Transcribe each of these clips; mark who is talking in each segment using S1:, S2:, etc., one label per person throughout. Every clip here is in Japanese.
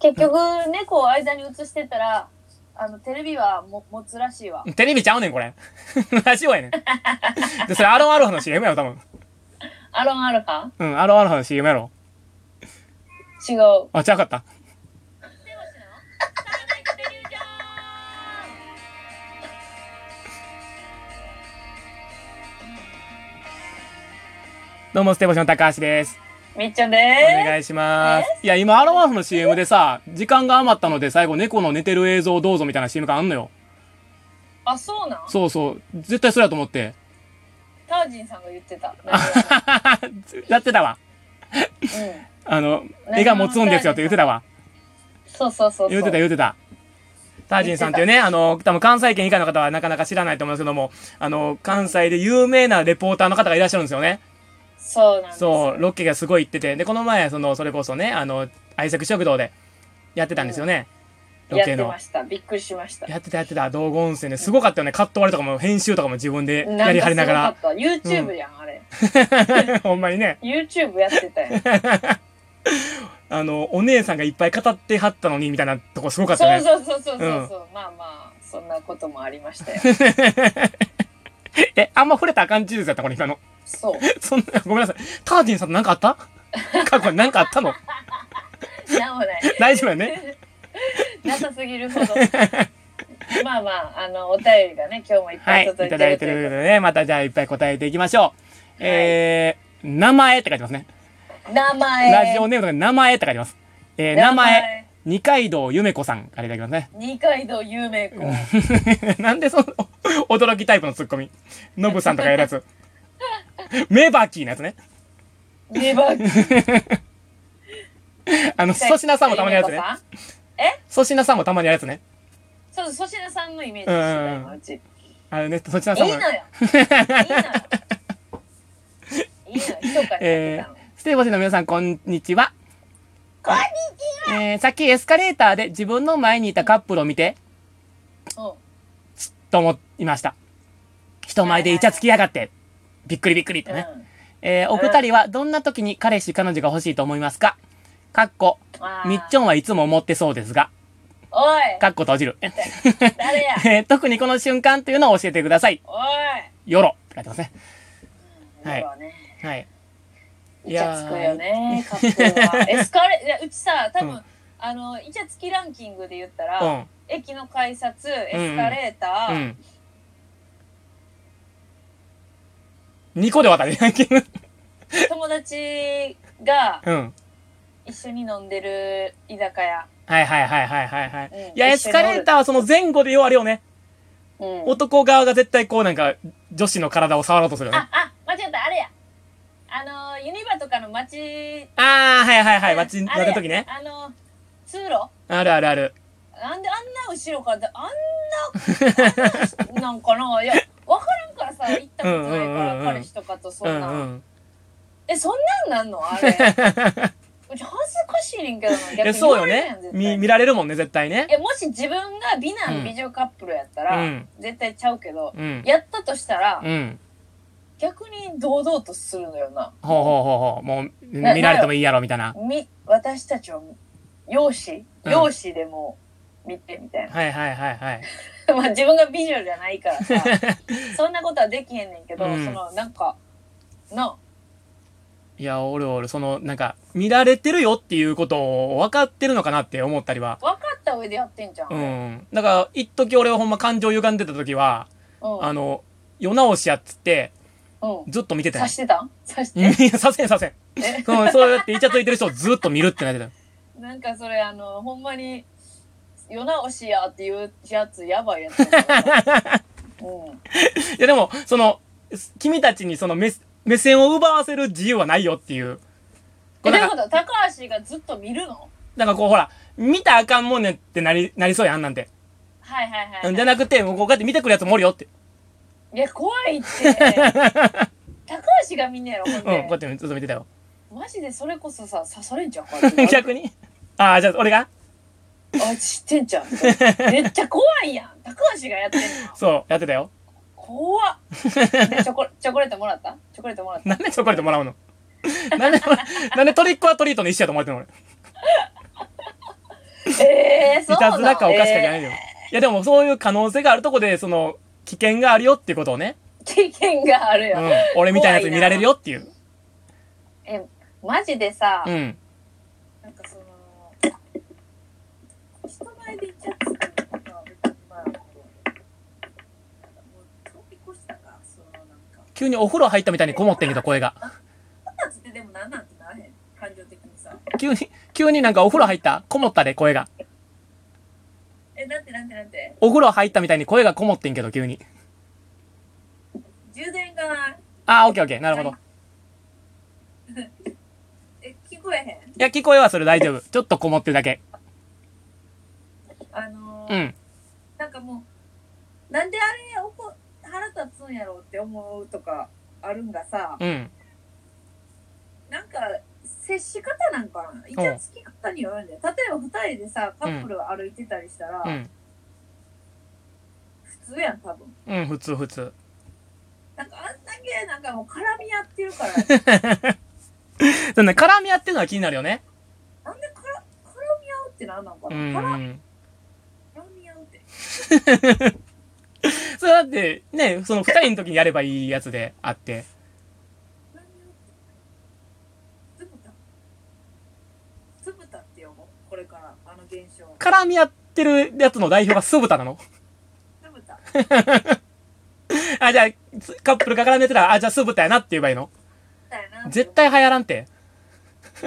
S1: 結局、猫を間に移してたら、あの、テレビはも持つらしいわ。
S2: テレビちゃうねん、これ。 ラジオやねん。で、それアロンアロハの CM やろ、多分。
S1: アロンアルカ
S2: うん、アロンアロハの CM やろ。
S1: 違う。
S2: あ、違かった。どうも、ステボシの高橋です。
S1: みっちゃんで
S2: お
S1: ー
S2: 願いします。いや、今、アロンアロハの CM でさ、時間が余ったので、最後、猫の寝てる映像をどうぞみたいな CM があんのよ。
S1: す。あ、そうなん
S2: そうそう。絶対それやと思 って。
S1: タージンさんが言ってた。う
S2: やってたわ。
S1: ん。
S2: あの、絵が持つんですよって言ってたわ。
S1: そうそうそうそう。
S2: 言ってた言ってた。タージンさんっていうね、あの、多分関西圏以下の方はなかなか知らないと思いますけども、あの、関西で有名なレポーターの方がいらっしゃるんですよね。
S1: そうなんです。
S2: そう、ロケがすごい行ってて、で、この前、その、それこそね、あの、愛作食堂でやってたんですよね。ロ
S1: やっ
S2: ケ
S1: て
S2: の
S1: ま。した。びっくりしました。
S2: やってたやってた、道後温泉ですごかったよね。カット割れとかも編集とかも自分で
S1: な
S2: や
S1: ん
S2: り
S1: か
S2: はりなが
S1: すごかった。YouTube やん、あれ。
S2: ら。ほんまにね。
S1: YouTube やってた よ。
S2: あの、お姉さんがいっぱい語ってはったのに、みたいなとこすごかった
S1: そう
S2: ね。
S1: そうそうそうそうそう。まあまあ、そんなこともありました よ。
S2: え、あんま触れたらあかんチーズやった、これ今の。
S1: そう。
S2: そんな、ごめんなさい。タージンさんと何かあった過去に何かあったの
S1: なんもない。
S2: 大丈夫 やね。
S1: なさすぎるほど。まあまあ、あの、お便りがね、今日もいっぱ
S2: はいい。い
S1: 届い
S2: た
S1: て
S2: だい
S1: る
S2: て
S1: と
S2: る
S1: い
S2: の
S1: うこ
S2: でね、またじゃあいっぱい答えていきましょう。えー、名前って書いてますね。
S1: とで名前。
S2: ラジオネームとか名前って書いてます。えー、名前、。二階堂ゆめ子さんからいただきます
S1: 二階堂有名子。
S2: ね。 なんでその、驚きタイプのツッコミ。ノブさんとかやる やつ。メバキーのやつね。
S1: ネバー
S2: あの、粗品さんもたまにやるやつね。
S1: つね。
S2: 粗品さんもたまにやるやつね。
S1: そうそう、粗品さんのイメージしてたよ、うち。い
S2: あのね、粗品
S1: い
S2: さん
S1: の
S2: も。
S1: よ。いいのよ。いいのよ。ひそかにやって
S2: え
S1: た
S2: ー
S1: の。、
S2: ステイボシの皆さん、こんにちは。
S1: こんに
S2: えー、さっきエスカレーターで自分の前にいたカップルを見て、
S1: ちは。
S2: と思いました。人前でイチャつきやがって、びっくりびっくりってね。
S1: うん。
S2: えー、お二人はどんな時に彼氏、彼女が欲しいと思いますかかっこ、
S1: あー
S2: みっちょんはいつも思ってそうですが、
S1: おい
S2: かっこ閉じる。
S1: 誰 や
S2: えー特にこの瞬間というのを教えてください。
S1: おい
S2: よろって書いてますね。はい
S1: 要はね
S2: はい。い
S1: イチャ
S2: やー
S1: つくよね、カップルは。エスカレ、いやうちさ、多分、
S2: うん
S1: あの、イチャつきランキングで言ったら、
S2: うん。
S1: 駅の改札、エスカレーター、
S2: うん。2個で渡り
S1: 友達が
S2: うん。
S1: 一緒に飲んでる居酒屋。
S2: はいはいはいはいはいはい。
S1: うん
S2: いや、エスカレーターはその前後でようあるよね。
S1: うん。
S2: 男側が絶対こうなんか、女子の体を触ろうとするよね
S1: あ。、あ、間違った、あれや。あの、ユニバとかの街、
S2: あー、はいはいはい。待ち、
S1: あ
S2: 待
S1: れ
S2: て
S1: や
S2: るときね。
S1: あの、通路
S2: あるあるある。
S1: なんであんな後ろからだ、あんな、あんななんかな、いや、わからんからさ、行ったことないか
S2: うんうんうんう
S1: ら、
S2: ん
S1: 彼氏とかとそ
S2: うんん
S1: な。
S2: うん。
S1: え、そんなんなんの あれ。うち恥ずかしいねんけどな、逆に
S2: え、 そうよ
S1: 言わ
S2: ね
S1: れるや。ん絶対
S2: 見、見られるもんね、絶対ね
S1: い。やもし自分が美男美女カップルやったら、
S2: うん
S1: 絶対ちゃうけど、
S2: うん。
S1: やったとしたら、
S2: うん。
S1: 逆に堂々とするのよな。
S2: ほうほうほうほう。もう、見
S1: な
S2: られてもいいやろ、みたいな。
S1: み、私たちを、容姿
S2: うん
S1: 容姿でも見てみたいな。
S2: はいはいはいはい。
S1: まあ自分が美女じゃないからさ、そんなことはできへんねんけど、
S2: うん
S1: その、なんか、な、
S2: いや、おるおる、その、なんか、見られてるよっていうことを分かってるのかなって思ったりは。
S1: 分かった上でやってんじゃん。
S2: う
S1: うん。
S2: ん。だから、一時俺はほんま感情歪んでた時は、あの、世直しやっつって、
S1: うん。
S2: ずっと見てたよ
S1: 刺してたん刺し
S2: いや
S1: て。
S2: させんさせん。
S1: え
S2: そう、そうやってイチャついてる人をずっと見るってなってたよ。
S1: なんかそれ、あの、ほんまに、世直しやっていうやつ、やばいやつや な。うん。
S2: いやでも、その、君たちにその目、目線を奪わせる自由はないよっていう。
S1: え
S2: こ
S1: ど
S2: う
S1: う
S2: ない
S1: うんこ
S2: か、
S1: と高橋がずっと見るの
S2: なんかこうほら、見たらあかんもんねってなり、なりそうやん、あんなんて。
S1: はいはいはい、
S2: うんじゃなくて、もうこうやって見てくるやつもおるよって。
S1: いや、怖い って。高橋が見んねやろ、ほん
S2: うん、こうやっ
S1: で。
S2: てずっと見てたよ。
S1: マジでそれこそさ、刺されんじゃん、こうやって
S2: 逆にああ、じゃあ俺が
S1: あ、知ってんじゃん。めっちゃ怖いやん。高橋がやってんの。
S2: そう、やってたよ。
S1: 怖っ。でチョコ、チョコレートもらったチョコレートもらった。
S2: なんでチョコレートもらうのなんで、なんでトリックはトリートの一緒やと思われてんの俺。
S1: えー、
S2: い
S1: そう
S2: たずらかおかしかじゃない
S1: い。
S2: のよ。いやでもそういう可能性があるとこで、その、危険があるよっていうことをね。
S1: 経験がある
S2: う
S1: よ。
S2: ん。俺みたいなやつに見られるよっていう。
S1: え、マジでさ、
S2: うん。
S1: なんかその、人前でジャッジすることは別にまあ、こうなんかもう通り越したか、そのなんか。
S2: 急にお風呂入ったみたいにこもってんけど、声が。
S1: なんつってでもなんなんてならへん。感情的にさ。
S2: 急に、急になんかお風呂入ったこもったで、声が。
S1: え、なんてなんてなんて。
S2: お風呂入ったみたいに声がこもってんけど、急に。
S1: 充電がない。
S2: あー、オッケーオッケー。なるほど。い
S1: え、聞こえへん。
S2: や、聞こえはそれ大丈夫。ちょっとこもってるだけ。
S1: あのー
S2: うん。
S1: なんかもう、なんであれおこ腹立つんやろうって思うとかあるんがさ、
S2: うん。
S1: なんか、接し方なんかな。イチャつき方によるんだよ。例えば二人でさ、カップル歩いてたりしたら、
S2: うん。
S1: 普通やん、多分。
S2: うん、普通普通。
S1: なんかあんだけ、なんかもう絡み合ってる から、なんで絡
S2: でもね、絡み合ってるのは気になるよね。
S1: 絡み合うってなんなんか
S2: う
S1: な、
S2: ん
S1: 絡
S2: うん。
S1: み合うって。
S2: それだって、ね、その二人の時にやればいいやつであって。
S1: 絡み合うって。つぶた。つぶたって呼ぼう。これから、あの現象。
S2: 絡み合ってるやつの代表が酢豚なの
S1: つぶた。
S2: あ、じゃあ、つカップルが絡み合ってたら、あ、じゃあ酢豚やなって言えばいいの
S1: だよな
S2: 絶対流行らんて。
S1: し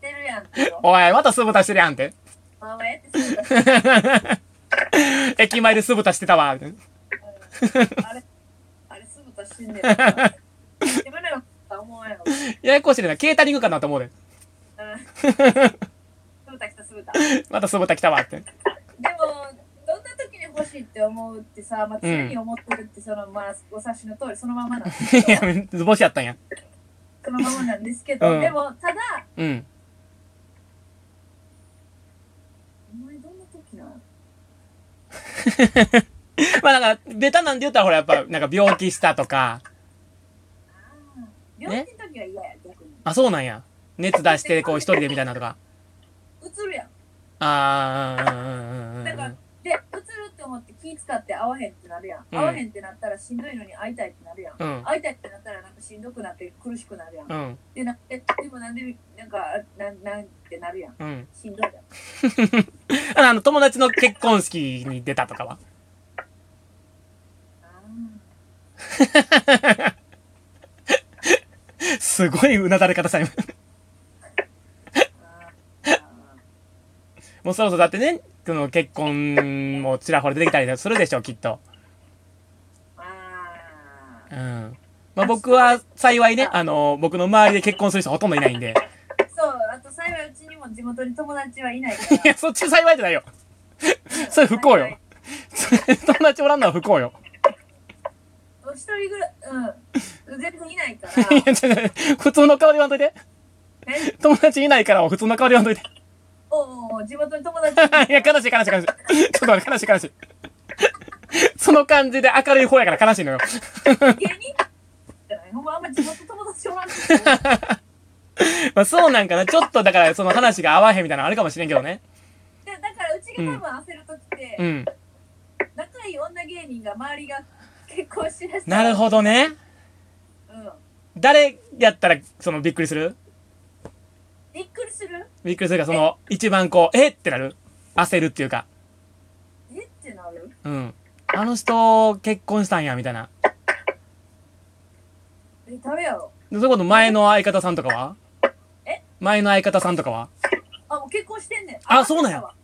S1: てるやんってよ。
S2: おい、また酢豚してるやんって。
S1: まあまあやってすぐだ
S2: 駅前で酢豚してたわ。みたいな
S1: あれ、あれすぐと死んで るから。自分らが思わんやろ。
S2: ややこしいな。ケータリングかなと思うで。
S1: うん。すぐた来たすぐた。
S2: また酢豚来たわって。
S1: でも、どんな時に欲しいって思うってさ、まあ、常に思ってるって、その、まあ、お察しの通り、そのままなんですけ
S2: いや
S1: ど、、
S2: 図星やったんや。
S1: そのままなんですけど、
S2: うん
S1: でも、ただ、
S2: うん。
S1: お前どんな時なの
S2: まあなんか、ベタなんで言ったら、ほら、やっぱ、なんか病気したとか。
S1: 病気の時は嫌や、逆に。
S2: あ、そうなんや。熱出して、こう、一人でみたいなとか。
S1: うつるやん。
S2: あー、うんうんうんうん
S1: だ
S2: う
S1: から
S2: ん。、
S1: で、うつるって思って気使って会わへんってなるやん。
S2: うん
S1: 会わへんってなったらしんどいのに会いたいってなるやん。
S2: うん。
S1: 会いたいってなったらなんかしんどくなって苦しくなるやん。
S2: うん。
S1: でなってでもなんでなんかなんなんてなるやん。
S2: うん。
S1: しんどいやん。
S2: あの、友達の結婚式に出たとかは。
S1: あ
S2: すごいうなだれ方さ、今。
S1: ーあー
S2: もうそろそろだってね、その結婚もちらほら出てきたりするでしょう、きっと。
S1: あ
S2: うん。まあ僕は幸いね、あの、僕の周りで結婚する人ほとんどいないんで。
S1: ーそうあと幸いうちにも地元に友達はいないか
S2: いや、そっち幸いじゃないよ。
S1: ら
S2: それ不幸よ。それ友達おらんのは不幸よ。
S1: お一人ぐらいうん全然いないから
S2: いや、ちょちょ普通の顔で言わんといて。
S1: え
S2: 友達いないからは普通の顔で言わんといて。
S1: おうおう地元に友達
S2: いや、悲しい悲しい悲しい。ちょっと待って悲しい悲しい。その感じで明るい方やから悲しいのよ。
S1: 芸人じゃないほんまあんま地元友達おらんけど
S2: まあそうなんかな。ちょっとだからその話が合わへんみたいなのあるかもしれんけどね。
S1: でだからうちが多分焦る時って、
S2: うん。
S1: 仲いい女芸人が周りが結婚しだした
S2: な
S1: ら
S2: るほどね。
S1: うん、
S2: 誰やったら、その、びっくりする
S1: びっくりする
S2: びっくりするか、その、一番こう、えってなる焦るっていうか。
S1: えってなる
S2: うん。あの人、結婚したんや、みたいな。
S1: え誰やろ
S2: でそれこそ前の相方さんとかは
S1: え
S2: 前の相方さんとかは
S1: あもう結婚してんねん
S2: あそうなんや
S1: わ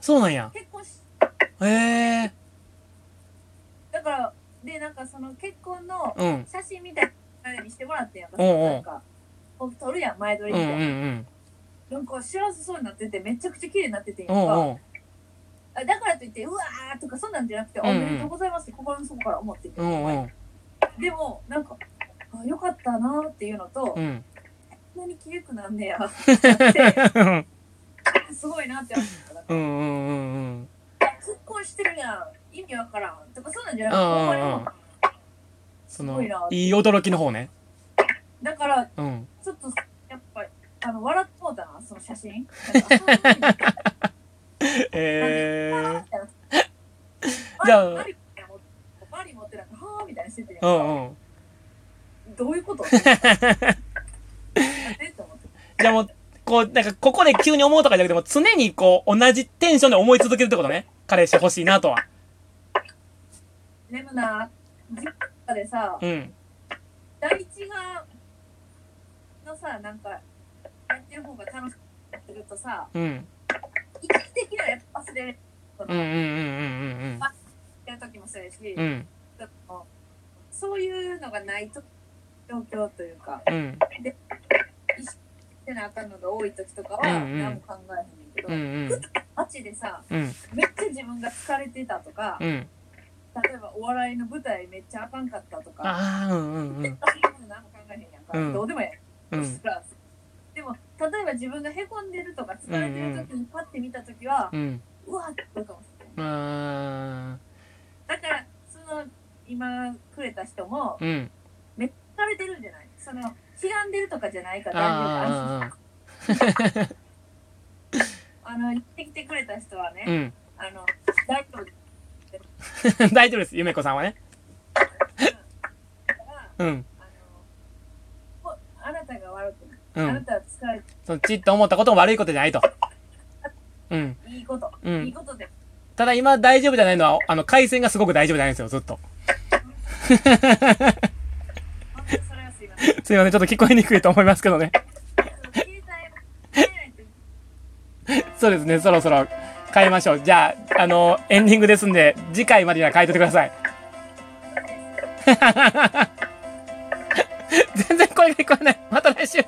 S2: そうなんや。
S1: 結婚し
S2: へえ。
S1: だからでなんかその結婚の
S2: うん。
S1: 写真みたいなのにしてもらってんやんか
S2: おうおう
S1: なんかこう撮るやん前撮
S2: う
S1: り
S2: ん
S1: み
S2: う
S1: たい
S2: ん
S1: な,、
S2: うん。
S1: なんか幸せそうになっててめちゃくちゃ綺麗になっててんや
S2: お
S1: ん
S2: う
S1: か
S2: おう。
S1: あだからといってうわーとかそんなんじゃなくて、
S2: うんうん
S1: おめでとうございますって心の底から思ってて、
S2: うんうん。
S1: でもなんかあよかったなーっていうのと、
S2: うん。
S1: こんなに綺麗くなん ねやって
S2: うん
S1: すごいなって思ったから
S2: うんうんうん。
S1: 結婚してるやん意味わからんとかそんなんじゃなく
S2: うんうんうん
S1: てほんまにもう
S2: そ
S1: すご
S2: の、い
S1: いなって
S2: い驚きの方ね。
S1: だから
S2: うん。
S1: ちょっとやっぱあの笑っとうたな、その写真。
S2: えー、
S1: パリ
S2: じゃあ
S1: パリ持ってなんか、はーみたいにしてて、
S2: うんうん。
S1: どういうことえと思って
S2: じゃあもう、こう、なんか、ここで急に思うとかじゃなくても、常にこう、同じテンションで思い続けるってことね。彼氏欲しいなとは。
S1: でもな、実家でさ、
S2: うん。
S1: 第一が、のさ、なんか、やってる方が楽しくするとさ、
S2: うん。
S1: 一時的なやっぱ忘れる
S2: うんうんうんうん
S1: 時もするし、
S2: うんうん。うん。
S1: ちょっとそういうのがないと状況というか、
S2: うん。
S1: 意識してなあかんのが多い時とかは、
S2: うんうん
S1: 何も考えへんねんけど、
S2: うんうん。
S1: 街でさ、
S2: うん。
S1: めっちゃ自分が疲れてたとか、
S2: うん。
S1: 例えばお笑いの舞台めっちゃあかんかったとか、
S2: ああ、うん うんう
S1: そう
S2: ん。
S1: いうの何も考えへんやんか、
S2: うん
S1: どうでもええ
S2: う
S1: やん、
S2: ん。
S1: プラスでも例えば自分がへこんでるとか疲れてる時にパッて見た時は、
S2: うん。
S1: うわってなるかもしれない
S2: あ
S1: だからその今くれた人も
S2: ーうん。
S1: 疲れてるんじゃないその悲願でるとかじゃないから大丈夫安心
S2: あ
S1: あの言ってきてくれた人はね、
S2: あ、うん。
S1: あの大丈夫だ
S2: 大丈夫です、ゆめこさんはね。
S1: から
S2: うん。
S1: あのおあなたが悪くない、
S2: う。
S1: あなんたは疲れて
S2: そのちっと思ったことも悪いことじゃないと。うん。
S1: いいこと、
S2: うん
S1: いいことで
S2: ただ今大丈夫じゃないのは、あの、回線がすごく大丈夫じゃないんですよ、ずっと。
S1: 本当にそれはすいません
S2: すいません、ちょっと聞こえにくいと思いますけどね。
S1: 携帯を変えないと
S2: そうですね、そろそろ変えましょう。じゃあ、あの、エンディングですんで、次回までには変えといてください。 全然声が聞こえない。また来週。